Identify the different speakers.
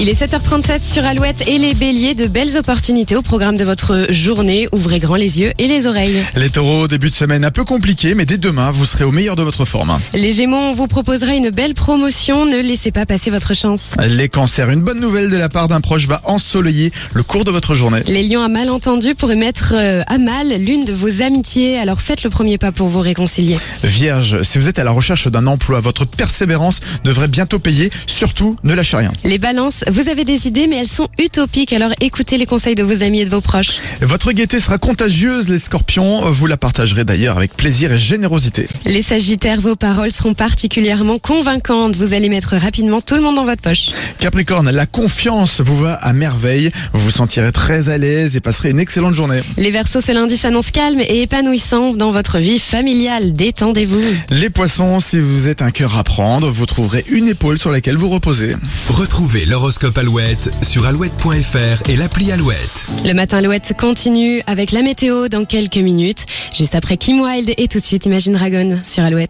Speaker 1: Il est 7h37 sur Alouette et les béliers, de belles opportunités au programme de votre journée. Ouvrez grand les yeux et les oreilles.
Speaker 2: Les taureaux, début de semaine un peu compliqué, mais dès demain, vous serez au meilleur de votre forme.
Speaker 1: Les gémeaux, on vous proposera une belle promotion. Ne laissez pas passer votre chance.
Speaker 2: Les cancers, une bonne nouvelle de la part d'un proche va ensoleiller le cours de votre journée.
Speaker 1: Les lions à malentendu pourraient mettre euh, à mal l'une de vos amitiés. Alors faites le premier pas pour vous réconcilier.
Speaker 2: Vierge, si vous êtes à la recherche d'un emploi, votre persévérance devrait bientôt payer. Surtout, ne lâchez rien.
Speaker 1: Les balances, vous avez des idées, mais elles sont utopiques. Alors écoutez les conseils de vos amis et de vos proches.
Speaker 2: Votre gaieté sera contagieuse, les scorpions. Vous la partagerez d'ailleurs avec plaisir et générosité.
Speaker 1: Les sagittaires, vos paroles seront particulièrement convaincantes. Vous allez mettre rapidement tout le monde dans votre poche.
Speaker 2: Capricorne, la confiance vous va à merveille. Vous vous sentirez très à l'aise et passerez une excellente journée.
Speaker 1: Les versos, ce lundi s'annonce calme et épanouissant dans votre vie familiale. Détendez-vous.
Speaker 2: Les poissons, si vous êtes un cœur à prendre, vous trouverez une épaule sur laquelle vous reposer.
Speaker 3: Retrouvez l'horoscope Alouette sur alouette.fr et l'appli Alouette.
Speaker 1: Le matin, l'Ouette continue avec la météo dans quelques minutes, juste après Kim Wilde et tout de suite Imagine Dragon sur Alouette.